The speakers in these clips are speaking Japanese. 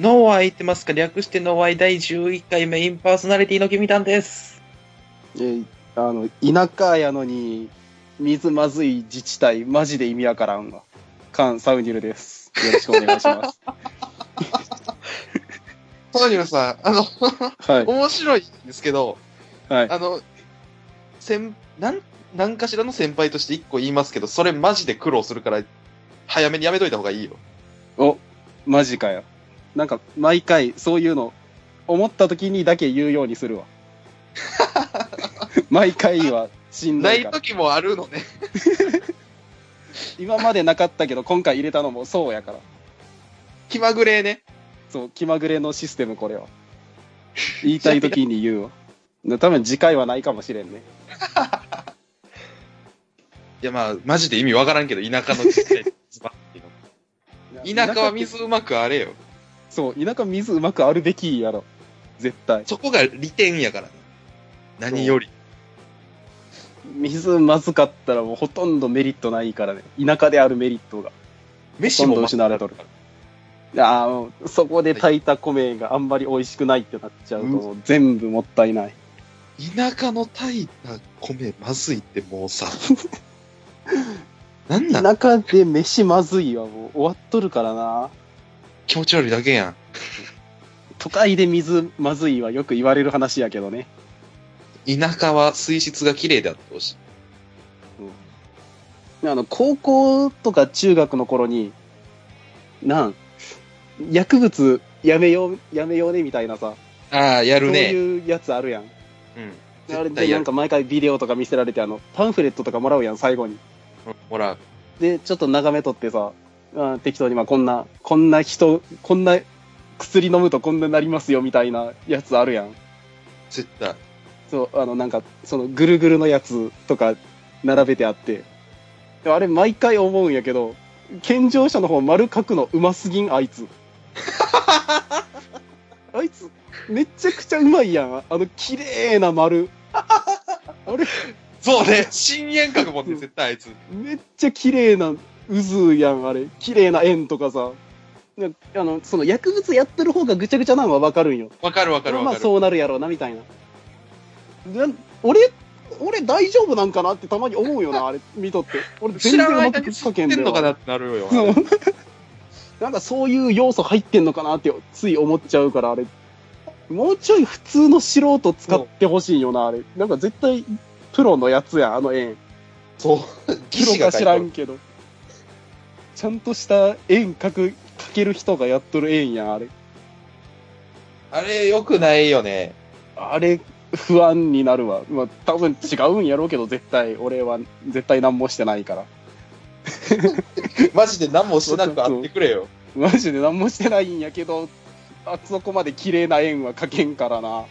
ノーアイってますか略してノーアイ第11回メインパーソナリティの君たんです。えーあの田舎やのに水まずい自治体マジで意味わからんわカン・サウニルですよろしくお願いします トニオさん、あの、はい面白いんですけど、はいあの、先、なん、なんかしらの先輩として一個言いますけど、それマジで苦労するから、早めにやめといた方がいいよ。おマジかよなんか毎回そういうの思った時にだけ言うように するわ毎回はしんどないいから時もあるのね。今までなかったけど今回入れたのもそうやから気まぐれね。そう気まぐれのシステムこれは言いたい時に言うわで多分次回はないかもしれんねいやまあ、マジで意味わからんけど、田舎のちっちゃいズバッていうの 田舎は水うまくあれよ。そう、田舎水うまくあるべきやろ。絶対。そこが利点やからね。何より。水まずかったらもうほとんどメリットないからね。田舎であるメリットが。飯もどんどん失われとるああ、もうそこで炊いた米があんまり美味しくないってなっちゃうと、全部もったいない。田舎の炊いた米まずいってもうさ。なんなん田舎で飯まずいはもう終わっとるからな。気持ち悪いだけやん。都会で水まずいはよく言われる話やけどね。田舎は水質が綺麗であってほしい。あの、高校とか中学の頃に、なん、薬物やめよう、やめようねみたいなさ、ああ、やるそうね。いうやつあるやん。うん。あれ絶で対やなるん。か毎回ビデオとか見せられてあのパンフレットとかもらうやん最後にうんほら、でちょっと眺めとってさあ適当にまあこんなこんな人こんな薬飲むとこんなになりますよみたいなやつあるやん絶対。そうあのなんかそのぐるぐるのやつとか並べてあってであれ毎回思うんやけど健常者の方丸書くのうますぎんあ いつあいつめちゃくちゃうまいやんあの綺麗な丸あれそうね。深淵覚悟って絶対あいつ。めっちゃ綺麗な渦やんあれ綺麗な円とかさなあのその薬物やってる方がぐちゃぐちゃなのは分かるんよわかるわかるまわあかる。そうなるやろうなみたいなな俺俺大丈夫なんかなってたまに思うよなあれ見とって俺全知ら然なういま間くにくっ知かってけんだんのよかなってなるよ。そうなんかそういう要素入ってんのかなってつい思っちゃうからあれもうちょい普通の素人使ってほしいよなあれなんか絶対プロのやつやんあの円そう。プロが書かい知てあらるんけど。ちゃんとした円描く、描ける人がやっとる円やん、あれ。あれ、よくないよね。あれ、不安になるわ。まあ、多分違うんやろうけど、絶対、俺は絶対何もしてないから。マジで何もしなくあってくれ よ。マジで何もしてないんやけど、あそこまで綺麗な円は描けんからな。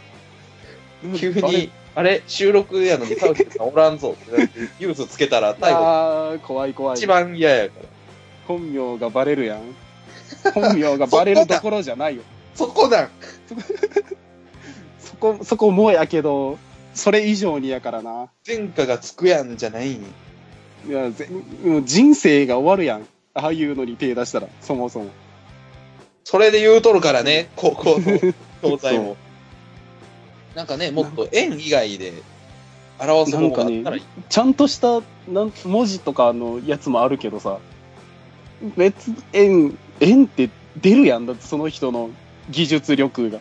急に、あれ、収録やのに、タウキさんおらんぞってなって、ニュースつけたら、 あれ。逮捕。あー怖い怖い一。番嫌やから。本名がバレるやん。本名がバレるところじゃないよ。そこだそこ、そこもやけど、それ以上にやからな。前科がつくやんじゃないんいやぜもう人生が終わるやんああいうのに手出したらそもそもそれで言うとるからね、 高校の東西も。なんかね、もっと円以外で表す方法があったらいい。ちゃんとしたなん文字とかのやつもあるけどさ別円円って出るやんだってその人の技術力が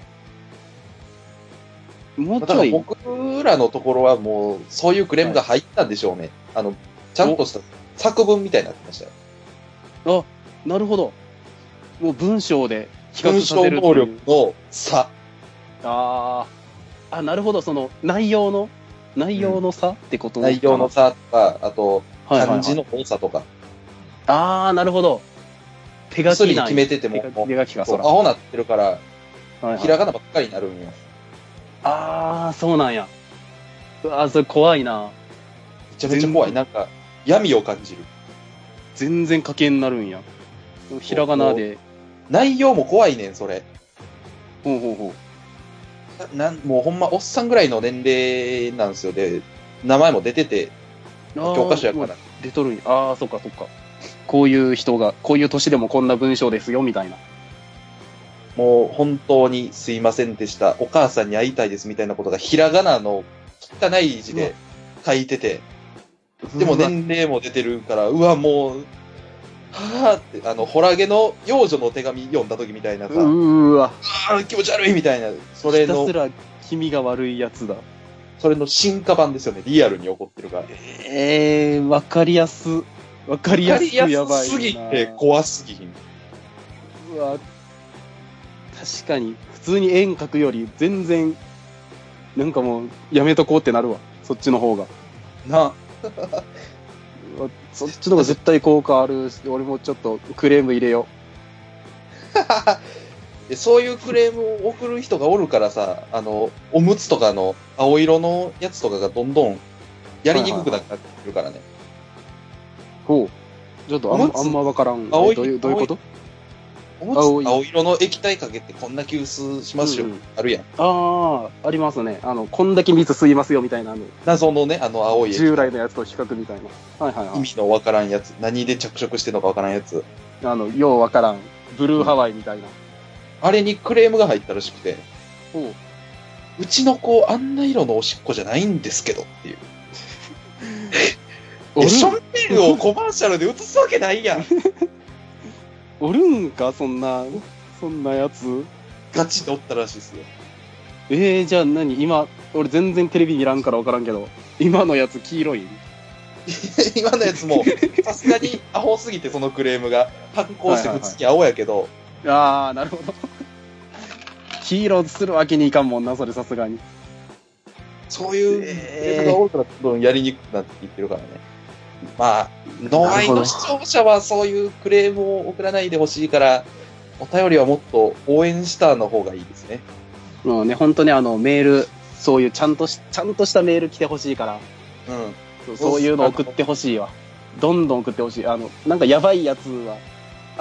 もうだちかょらい僕らのところはもう、そういうクレームが入ったんでしょうね。あの、ちゃんとした作文みたいになってましたよ。なるほどもう文章で比較文さ章せるって能い力うの差。あーあなるほどその内容の内容の差ってことかな内容の差とか、あと、はいはいは漢い字の多さとか。ああ、なるほど。手書一き人なに決んめててても、もう手書きか、そそうアら。ホなってるから、はいはいひらがなばっかりになるんよ。ああ、そうなんや。うわーそれ怖いな。めちゃめちゃ怖い。なんか、闇を感じる。全然書けになるんや。ひらがなで。内容も怖いねん、それ。ほうほうほう。ななんもうほんまおっさんぐらいの年齢なんですよで名前も出ててあー教科書やかもらう出とるんや。ああ、そっかそっか。こういう人が、こういう年でもこんな文章ですよ、みたいな。もう本当にすいませんでした。お母さんに会いたいですみたいなことがひらがなの汚い字で書いてて、でも年齢も出てるから、うわ、もう、はぁって、あの、ホラゲの幼女の手紙読んだ時みたいなさ、うーわ。あー気持ち悪いみたいな、それひたのす、ら気味が悪いやつだ。それの進化版ですよね。リアルに起こってるから。えー、わかりやす。わかりやすくやばいな。すぎて怖すぎひん。うわ確かに、普通に円書くより全然、なんかもう、やめとこうってなるわ。そっちの方が。な、 うわそっちの方が絶対効果あるし、俺もちょっとクレーム入れよでそういうクレームを送る人がおるからさ、あの、おむつとかの青色のやつとかがどんどんやりにくくなってるからね。う。ほう。ちょっとあんおむつあんまわからん。青いえどういうどういうことおむつ青い青色の液体かけてこんな急須しますよ。うんうんあるやん。ああ、ありますね。あの、こんだけ水吸いますよみたいな、あの、謎のね、あの青い液従来のやつと比較みたいな。はいはいは意い。味のわからんやつ。何で着色してんのかわからんやつ。あの、ようわからん。ブルーハワイみたいな。あれにクレームが入ったらしくて、ほう。うちの子あんな色のおしっこじゃないんですけどっていう。おえ、るショんンペンをコマーシャルで映すわけないやん。おるんか、そんな、そんなやつ。ガチでおったらしいですよ。えー、じゃあ何今、俺全然テレビ見らんからわからんけど、今のやつ黄色い 今のやつも、さすがにアホすぎてそのクレームが発行して普通に青やけど、ああ、なるほど。 黄色するわけにいかんもんな、それさすがに。そういうクレームが多いからどんどんやりにくくなっていってるからね。まあ、ノアイの視聴者はそういうクレームを送らないでほしいから、お便りはもっと応援したの方がいいですね。もうね、本当にあの、メール、そういうちゃんとし、ちゃんとしたメール来てほしいから、うん。そうそういうの送ってほしいわ。どんどん送ってほしい。あの、なんかやばいやつは、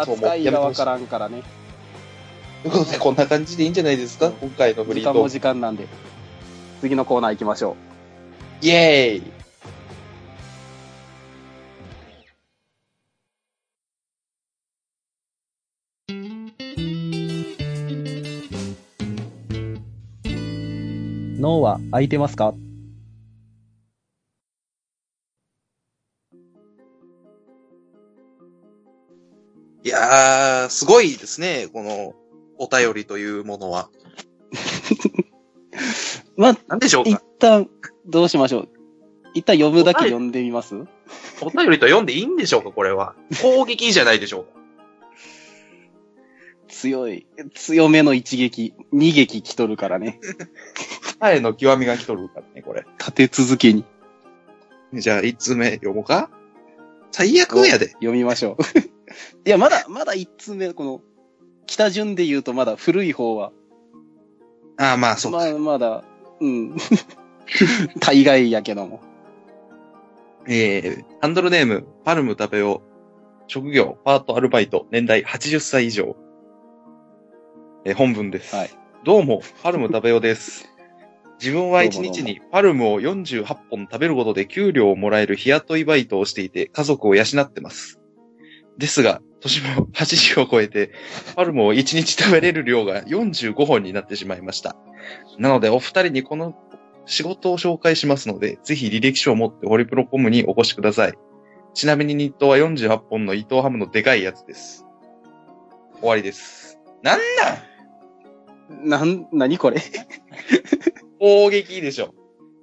そう扱いがわからんからね。ということで、こんな感じでいいんじゃないですか今回のフリ時ー間トもーク。時間なんで。次のコーナー行きましょイエーイう。脳は空いてますかいやー、すごいですね、このお便りというものは。まあ、なんでしょう一か旦、どうしましょう。一旦読むだけ読んでみますお便りと読んでいいんでしょうかこれは。攻撃じゃないでしょうか強い。強めの一撃。二撃来とるからね。答えの極みが来とるからね、これ。立て続けに。じゃあ、一通目読もうか最悪やで。読みましょう。 いや、まだ、まだ一通目、この、北順で言うとまだ古い方は、ああ、まあ、そうまか。あ、まだ、うん。 大概やけども。えー、ハンドルネーム、パルム食べを職業、パート、アルバイト、年代80歳以上。えー本文です。はいどうも、パルム食べよです。自分は1日にパルムを48本食べることで給料をもらえる日雇いバイトをしていて家族を養ってます。ですが、年も80を超えて、パルムを1日食べれる量が45本になってしまいました。なので、お二人にこの仕事を紹介しますので、ぜひ履歴書を持ってホリプロコムにお越しください。ちなみに日東は48本の伊藤ハムのでかいやつです。終わりです。なんなんなん、なにこれ攻撃でしょ。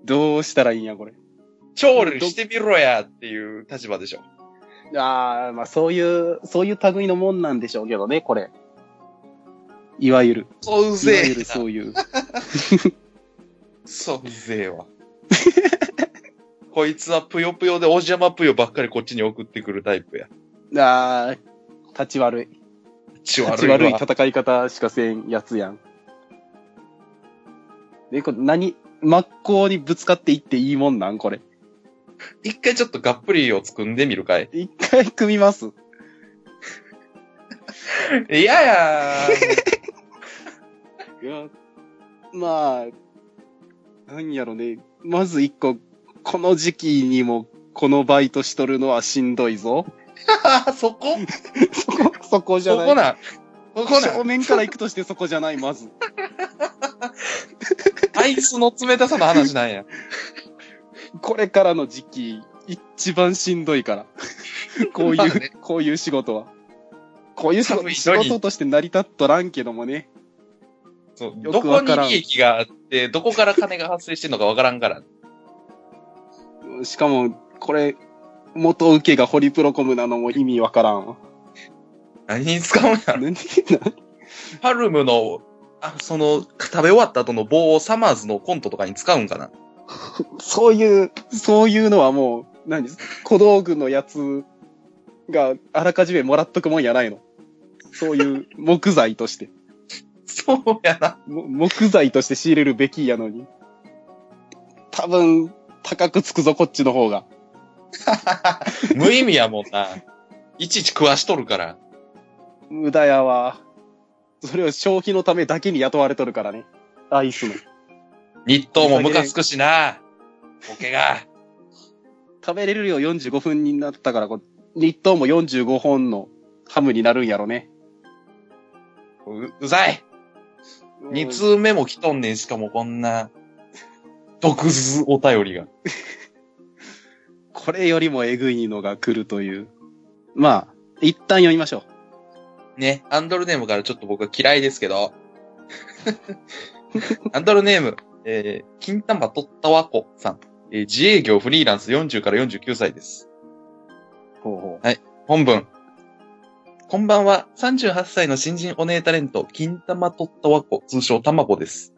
どうしたらいいんや、これ。調理してみろやっていう立場でしょ。ああ、まあそういう、そういう類のもんなんでしょうけどね、これ。いわゆる。そういわぜゆえるな。そういう。そうぜえわ。こいつはぷよぷよでおじゃまぷよばっかりこっちに送ってくるタイプや。ああ、立ち悪い。血立悪ちいわ。悪い戦い方しかせんやつやん。え、これ何真っ向にぶつかっていっていいもんなんこれ。一回ちょっとがっぷりを作んでみるかい。一回組みます。いややいや、まあ、なんやろね。まず一個、この時期にも、このバイトしとるのはしんどいぞ。 ーそこそこ、そこじゃそない。こな。ここな正面から行くとしてそこじゃない、まず。あいつの冷たさの話なんや。これからの時期、一番しんど いから。こうまあいう、ねこういう仕事は。こういう仕事寒い仕のに事として成り立っとらんけどもね。そうよどくこわにからん利益があって、どこから金が発生してるのかわからんから。しかも、これ、元請けがホリプロコムなのも意味わからんわ。何に使うんやろ。何パルムの、あ、その、食べ終わった後の棒をサマーズのコントとかに使うんかな。 そういう、そういうのはもう、何小道具のやつがあらかじめもらっとくもんやないの。そういう木材として。そうやな。も木材として仕入れるべきやのに。多分、高くつくぞ、こっちの方が。無意味やもんな。いちいち食わしとるから。無駄やわ。それを消費のためだけに雇われとるからね。アイスの。日東もムカつくしな。ボケが。食べれる量45分になったからこう、日当も45本のハムになるんやろね。う、うざい。二通目も来とんねん、しかもこんな、毒舌お便りが。これよりもえぐいのが来るという。まあ、一旦読みましょね、アンドルネームからちょっと僕は嫌いですけど。 アンドルネーム、えー、金玉とったわこさん。えー自営業フリーランス40から49歳です。う。ほうほ本文。こんばんは、38歳の新人お姉タレント、金玉とったわこ、通称たまこです。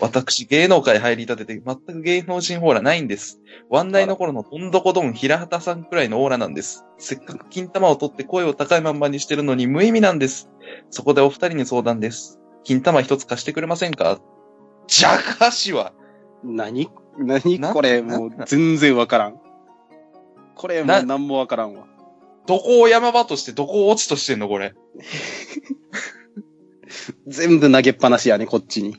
私、芸能界入り立てて、全く芸能人オーラないんです。ワンダイの頃のどんどこどん平畑さんくらいのオーラなんです。せっかく金玉を取って声を高いまんまにしてるのに無意味なんです。そこでお二人に相談です。金玉一つ貸してくれませんかじゃかしは、う。何何なこれ、もう全然わからん。これ、もなう何もわからんわ。どこを山場として、どこを落ちとしてんのこれ。全部投げっぱなしやね、こっちに。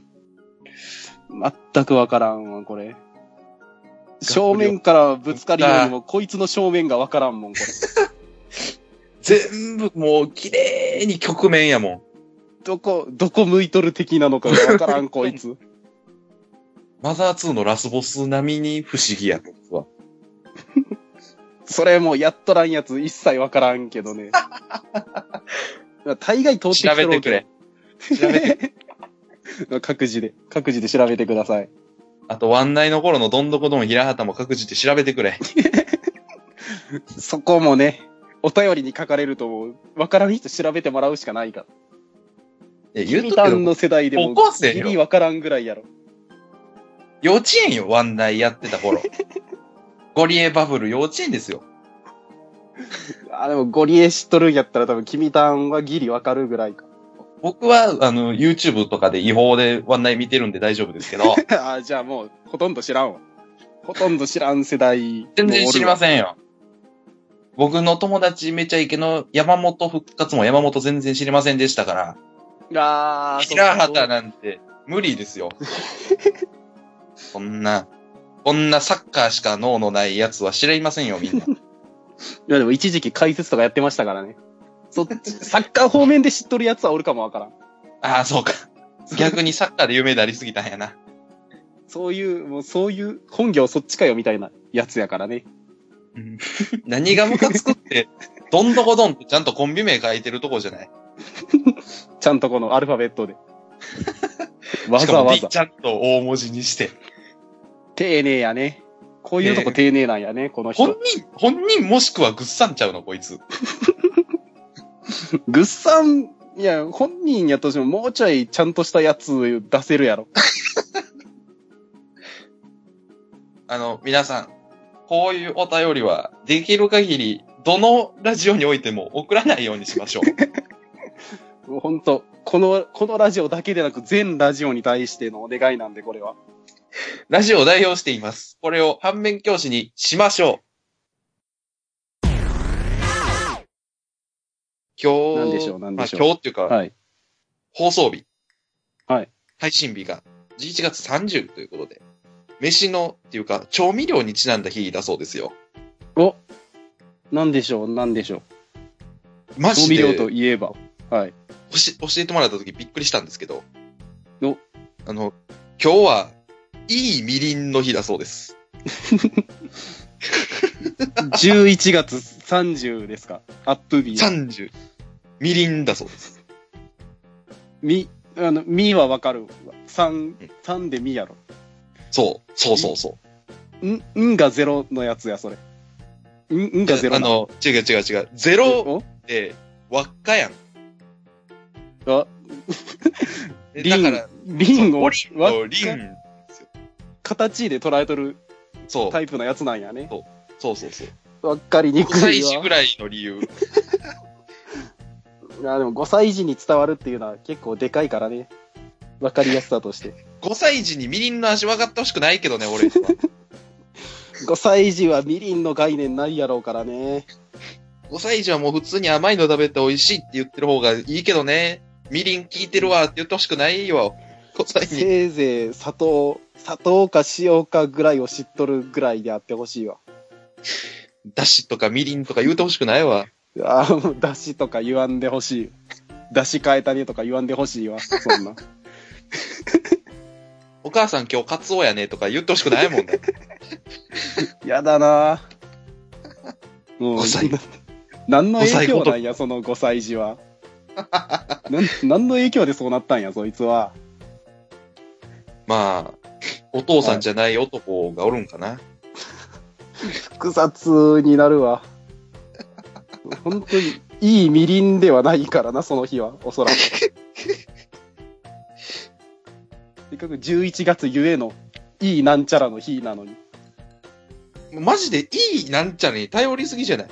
全くわからんわ、これ。正面からぶつかるよりも、こいつの正面がわからんもん、これ。全部もう、綺麗に局面やもん。どこ、どこ向いとる敵なのかがわからん、こいつ。マザー2のラスボス並みに不思議やと僕は。それもうやっとらんやつ一切わからんけどね。大概通ってき調とべろてうくけれ。調べて。ど各自で、各自で調べてください。あと、ワンナイの頃のどんどこどん平畑も各自で調べてくれ。そこもね、お便りに書かれるともう、わからん人調べてもらうしかないから。え、言う君とたくけんど、の世代でも高、校生ギリよ。わからんぐらいやろ。幼稚園よ、ワンナイやってた頃。ゴリエバブル幼稚園ですよ。あ、でもゴリエ知っとるんやったら多分、君たんはギリわかるぐらいか。僕は、あの、YouTube とかで違法でワンナイ見てるんで大丈夫 ですけど、 あ、じゃあもう、ほとんど知らんわ。ほとんど知らん世代もおるわ。全然知りませんよ。僕の友達めちゃイケの山本復活も山本全然知りませんでしたから、あーそう平畑なんて無理です よ。そんな、こんなサッカーしか脳のないやつは知りませんよ、 みんな。いやでも一時期解説とかやってましたからね。そっち、サッカー方面で知っとるやつはおるかもわからん。ああ、そうか。逆にサッカーで有名になりすぎたんやな。そういう、もうそういう、本業そっちかよみたいなやつやからね。何がムカつくって、 どんどこどんってちゃんとコンビ名書いてるとこじゃない。ちゃんとこのアルファベット で。わしざかもわ D ざ。ちゃんと大文字にして。丁寧やね。こういうとこ丁寧なんやね、この本人。人、本人もしくはぐっさんちゃうの、こいつ。ぐっさん、いや、本人やとしてももうちょいちゃんとしたやつ出せるやろ。あの、皆さん、こういうお便りは、できる限り、どのラジオにおいても送らないようにしましょう。もうほんと、この、このラジオだけでなく全ラジオに対してのお願いなんで、これは。ラジオを代表しています。これを反面教師にしましょう。今日、なんでしょうなんでしょうまあ、今日っていうか、はい。放送日。はい。配信日が11月30ということで、飯のっていうか、調味料にちなんだ日だそうですよ。おなんでしょう、なんでしょう。マジ調味料でと、いえば。はい。おし教えてもらった時びっくりしたんですけど。おあの、今日は、いいみりんの日だそうです。 11月30ですかアップ日。 30。みりんだそうです。み、あの、みはわかるわ。3、3でみやろ。そう。そうそうそん、んがゼロのやつや、それ。ん、んう。がゼロあな。の、違う違う違う。ゼロって、輪っかやん。おあ、えリン、だから、リンを、そうわリン。形で捉えとるそう。タイプのやつなんやね。そうそうそう。わかりにく5歳い児わぐ。らいの理由。いや、でも5歳児に伝わるっていうのは結構でかいからね。わかりやすさとして。 5歳児にみりんの味分かってほしくないけどね、 俺は。 5歳児はみりんの概念ないやろうからね。 5歳児はもう普通に甘いの食べて美味しいって言ってる方がいいけどね。みりん効いてるわって言ってほしくないよ。5歳に。せいぜい砂糖、砂糖か塩かぐらいを知っとるぐらいであってほしいわ。だしとかみりんとか言うてほしくないわ。あーもうだしとか言わんでほしい。だし変えたねとか言わんでほしいわ。そんな。お母さん今日カツオやねとか言ってほしくないもんだ。やだなぁ。もう5歳な何の影5響歳ごとなんや、その5歳児は。なん何の影響でそうなったんや、そいつは。まあ、お父さんじゃない男がおるんかな。複雑になるわ。本当に、いいみりんではないからな、その日は、おそらく。せっかく11月ゆえの、いいなんちゃらの日なのに。マジでいいなんちゃらに頼りすぎじゃない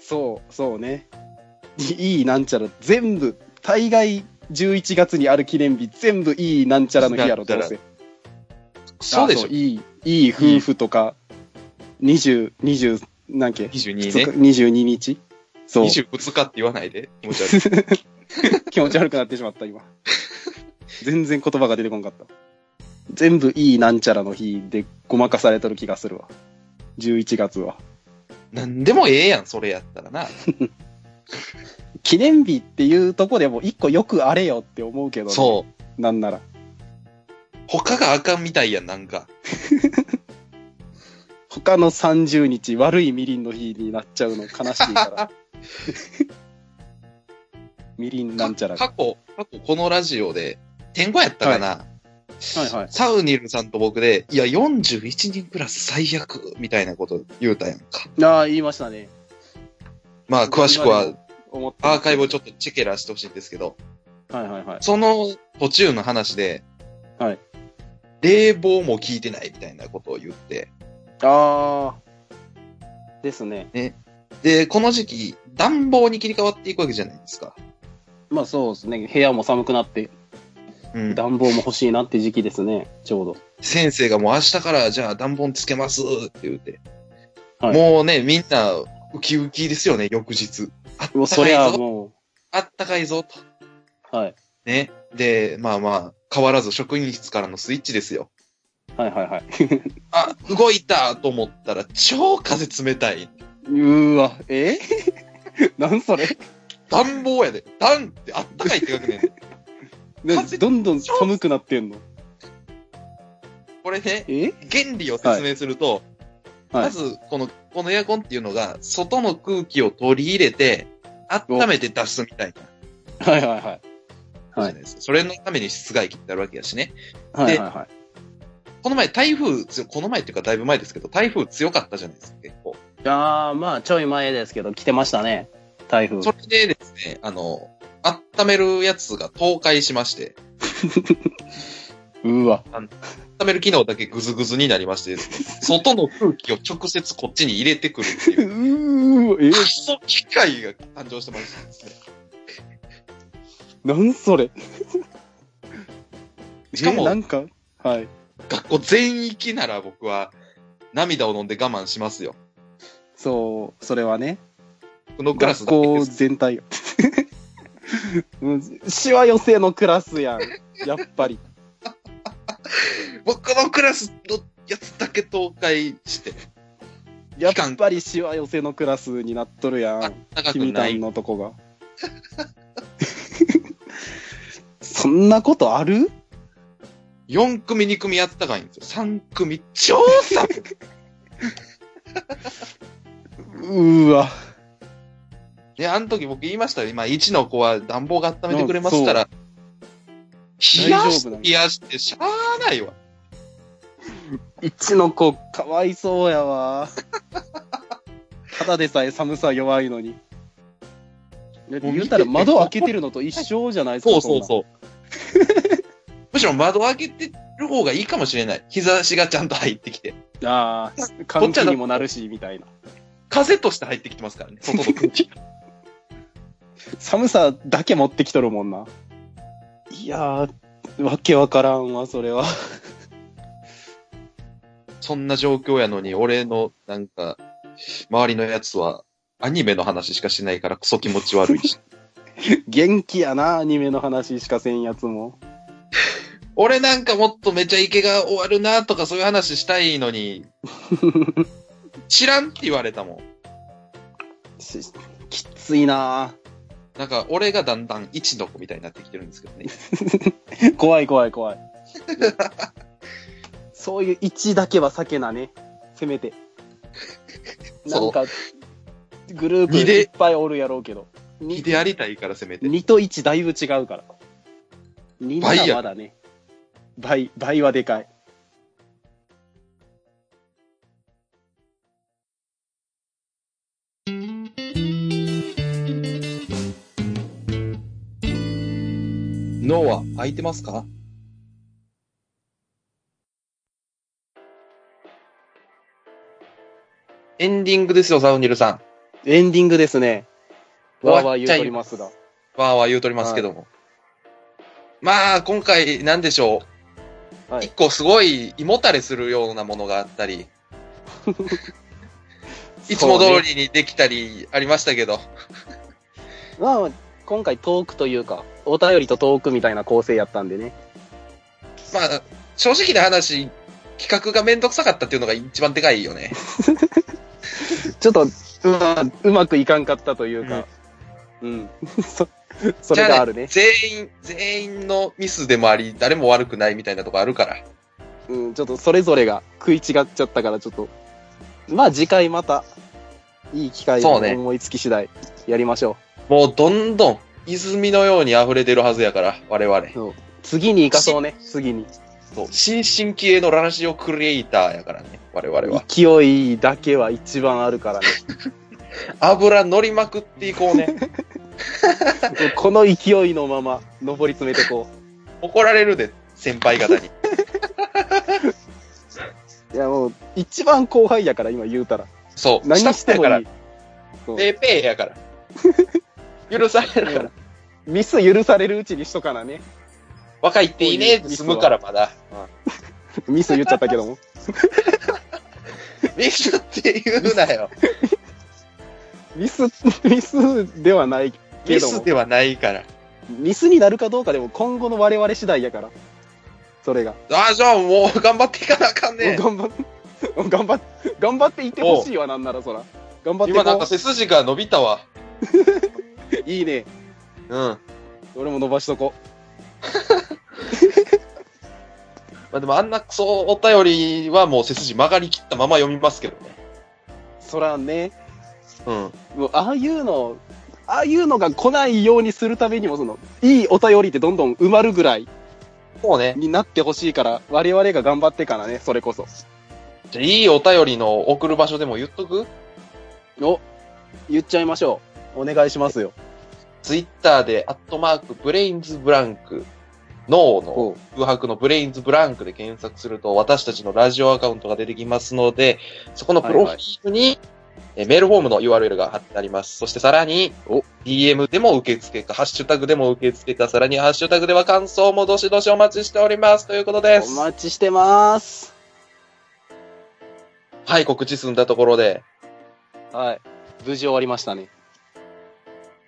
そう、そうね。い いなんちゃら、全部、大概11月にある記念日、全部いいなんちゃらの日やろ、どうせ。そうでしあょ。いい、いい夫婦とか、20、20、なんけ、 22ね。 22日そう。 22日って言わないで。気持ち悪い。 気持ち悪くなってしまった、今。全然言葉が出てこんかった。全部いいなんちゃらの日でごまかされとる気がするわ。11月は。なんでもええやん、それやったらな。記念日っていうとこでも一個よくあれよって思うけど、ね、そう。なんなら。他があかんみたいやん、なんか。他の30日悪いみりんの日になっちゃうの悲しい から。みりんなんちゃらが。過去、過去このラジオで、天狗やったかな、はいはい。サウニルさんと僕で、いや、41人クラス最悪、みたいなこと言うたやんか。ああ、言いましたね。まあ、詳しくは、、思ってアーカイブをょちょっとチェケラしてほしいんですけど、はいはいはい。その途中の話で、はい。冷房も効いてないみたいなことを言って、ああ。ですね。で、この時期、暖房に切り替わっていくわけじゃないですか。まあそうですね。部屋も寒くなって、うん。暖房も欲しいなって時期ですね。ちょうど。先生がもう明日からじゃあ暖房つけますって言って、はいもうね、みんなウキウキですよね、翌日。あったもうそかいりゃぞ、もあったかいぞ、と。う、はい。ね。で、まあまあ、変わらず職員室からのスイッチですよ。はいはいはい。あ、動いたと思ったら超風冷たい。うーわ、 えなんそれ暖房やで。暖ってあったかいって書くねん。な風どんどん寒くなってんのこれね、え原理を説明すると、はまい。ず、この、このエアコンっていうのが、外の空気を取り入れて、温めて出すみたいな。はいはいはい。じはゃいないですかそれのために室外機ってあるわけやしね。はいはいはい。この前台風強、この前っていうかだいぶ前ですけど、台風強かったじゃないですか、結構。あー、まあちょい前ですけど、来てましたね。台風。それでですね、あの、温めるやつが倒壊しまして、うーわ。温める機能だけグズグズになりまして ですね、外の空気を直接こっちに入れてくるってういう、ークわ、ソ機械が誕生してましてですね。え、なんそれしかもえなんか、はい。学校全域なら僕は涙を飲んで我慢しますよ。そう、それはね。このクラス学だけで校す。全体。 うんしわ寄せのクラスやん。やっぱり。僕のクラスのやつだけ倒壊して、やっぱりしわ寄せのクラスになっとるやあっん。たかく君なたんいのとこが。 そんなことある4組2組やったかいんですよ。3組超寒いうーわ。 ね、あの時僕言いましたよ。今、1の子は暖房が温めてくれますから。冷やし大丈夫なての、冷やして、しゃあないわ。一の子、かわいそうやわ。ただでさえ寒さ弱いのに。だって言うたら窓開けてるのと一緒じゃないですそうか。そうう。そう。 むしろ窓開けてる方がいいかもしれない。日差しがちゃんと入ってきて。ああ、換気にもなるし、みた いな。風として入ってきてますからね。外の空気。寒さだけ持ってきとるもんな。いやー、わけわからんわ、それ は。そんな状況やのに、俺の、なんか、周りのやつは、アニメの話しかしないからクソ気持ち悪い し。元気やな、アニメの話しかせんやつも。俺なんかもっとめちゃイケが終わるなとかそういう話したいのに、知らんって言われたもん。しきついななんか俺がだんだん一の子みたいになってきてるんですけど ね。怖い怖 い怖い。そういう位置だけは避けなね。せめて。なそうんか、グループ二でいっぱいおるやろうけど。似 2, てやりたいからせめて。と1だいぶ違うから。2な倍やらまだね。倍、倍はでかい。脳は空いてますかエンディングですよ、サウニルさん。エンディングですね。わーわー言うとり終わまっちゃすいが。わーわー言うとりますけども。まあ、今回、なんでしょう。はい一個すごい胃もたれするようなものがあったり、いつもそ通うねりにできたりありましたけど、まあまあ、今回トークというか、お便りとトークみたいな構成やったんでね。まあ、正直な話、企画がめんどくさかったっていうのが一番でかいよね。ちょっと、うまうまくいかんかったというか、うん。 そ、 それがあるね。全員、全員のミスでもあり、誰も悪くないみたいなとこあるから。うん、ちょっとそれぞれが食い違っちゃったから、ちょっと、まあ次回また、いい機会そをうね思いつき次第、やりましょもうどんどん、泉のように溢れてるはずやから、我々。う。そう次に行かそうね、次に。そう新進気鋭のラジオクリエイターやからね、我々は。勢いだけは一番ある からね。油乗りまくっていこうね。この勢いのまま、上り詰めてこ怒られるで、先輩方に。う。いやもう、一番後輩やから、今言うたら。 そう。何しても下っ端やいいか。そうら。ペーペーや から。許されるから。ミス許されるうちにしとかなね。若いっていいねって済むから、まだ。ミス言っちゃったけども。ミスって言うなよ。ミス、 ミスではない けミどもス。ではないから。ミスになるかどうかでも今後の我々次第やから。それが。ああ、じゃあもう頑張っていかなあかんね。頑張っ、 頑張っ、頑張っていってほしいわ、なんならそら。頑張ってい今なんかこ背筋が伸びたわ。う。いいね。うん。ま俺も伸ばしとこあでもあんなクソお便りはもう背筋曲がりきったまま読みますけどね。う。そらね、うん。もうああいうの、ああいうのが来ないようにするためにも、その、いいお便りってどんどん埋まるぐらいそうね。になってほしいから、我々が頑張ってからね、それこそ。じゃあいいお便りの送る場所でも言っとくお、言っちゃいましょう。お願いしますよ。ツイッターで、アットマーク、ブレインズブランク、脳のお空白のブレインズブランクで検索すると、私たちのラジオアカウントが出てきますので、そこのプロフィールに、えメールフォームの URL が貼ってあります。そしてさらに、DM でも受付か、ハッシュタグでも受付か、さらにハッシュタグでは感想もどしどしお待ちしております。ということでおす。待ちしてます。はい、告知済んだところで、はい。無事終わりましたね。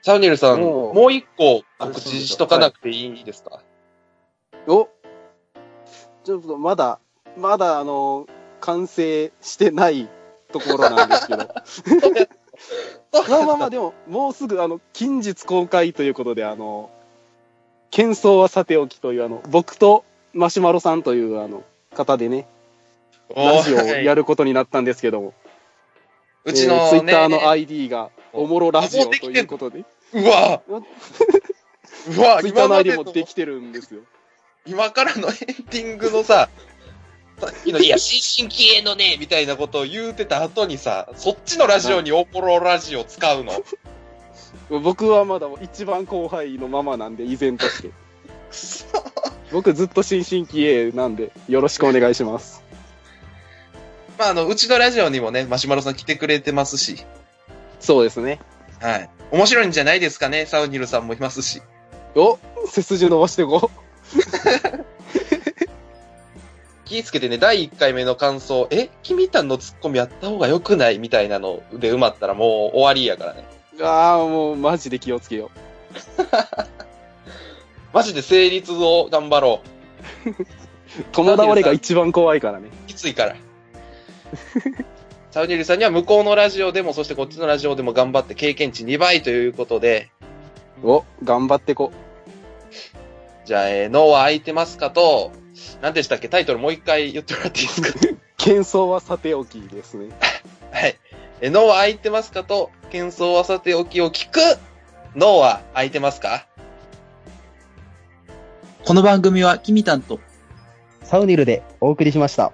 サウニルさん、おうもう一個告知しとかなくていいですかおちょっとまだ、 まだあの、完成してないところなんですけど。まあまあまあ、でも、もうすぐ、あの、近日公開ということで、あの、喧騒はさておきという、あの、僕とマシュマロさんという、あの、方でね、ラジオをやる。ることになったんですけども、うちえーのツイね、ッターの ID が、おもろラジオということで、うわ うわツイッタ今ーの ID まもでのできてるんですよ。今からのエンディングのさ、さっきの、いや、新進気鋭のね、みたいなことを言うてた後にさ、そっちのラジオにおもろラジオ使うの。く僕はまだ一番後輩のままなんで、依然として。 そ僕ずっと新進気鋭なんで、よろしくお願いします。 まあ、あの、うちのラジオにもね、マシュマロさん来てくれてますし、そうですね。はい。面白いんじゃないですかね、サウニルさんもいますし。お背筋伸ばしてこう。気ぃつけてね、第1回目の感想、え、君たんのツッコミやった方が良くないみたいなので埋まったらもう終わりやからね。 ああ、もうマジで気をつけよマジで成立を頑張ろう。う。友倒れが一番怖いからね。きついから。サウニルさんには向こうのラジオでも、そしてこっちのラジオでも頑張って経験値2倍ということで、お頑張ってこじゃあ、えー脳は空いてますかと、何でしたっけタイトルもう一回言ってもらっていいですかう。喧騒はさておきですね。はい。え、脳は空いてますかと、喧騒はさておきを聞く脳は空いてますかこの番組は、キミタンと、サウニルでお送りしました。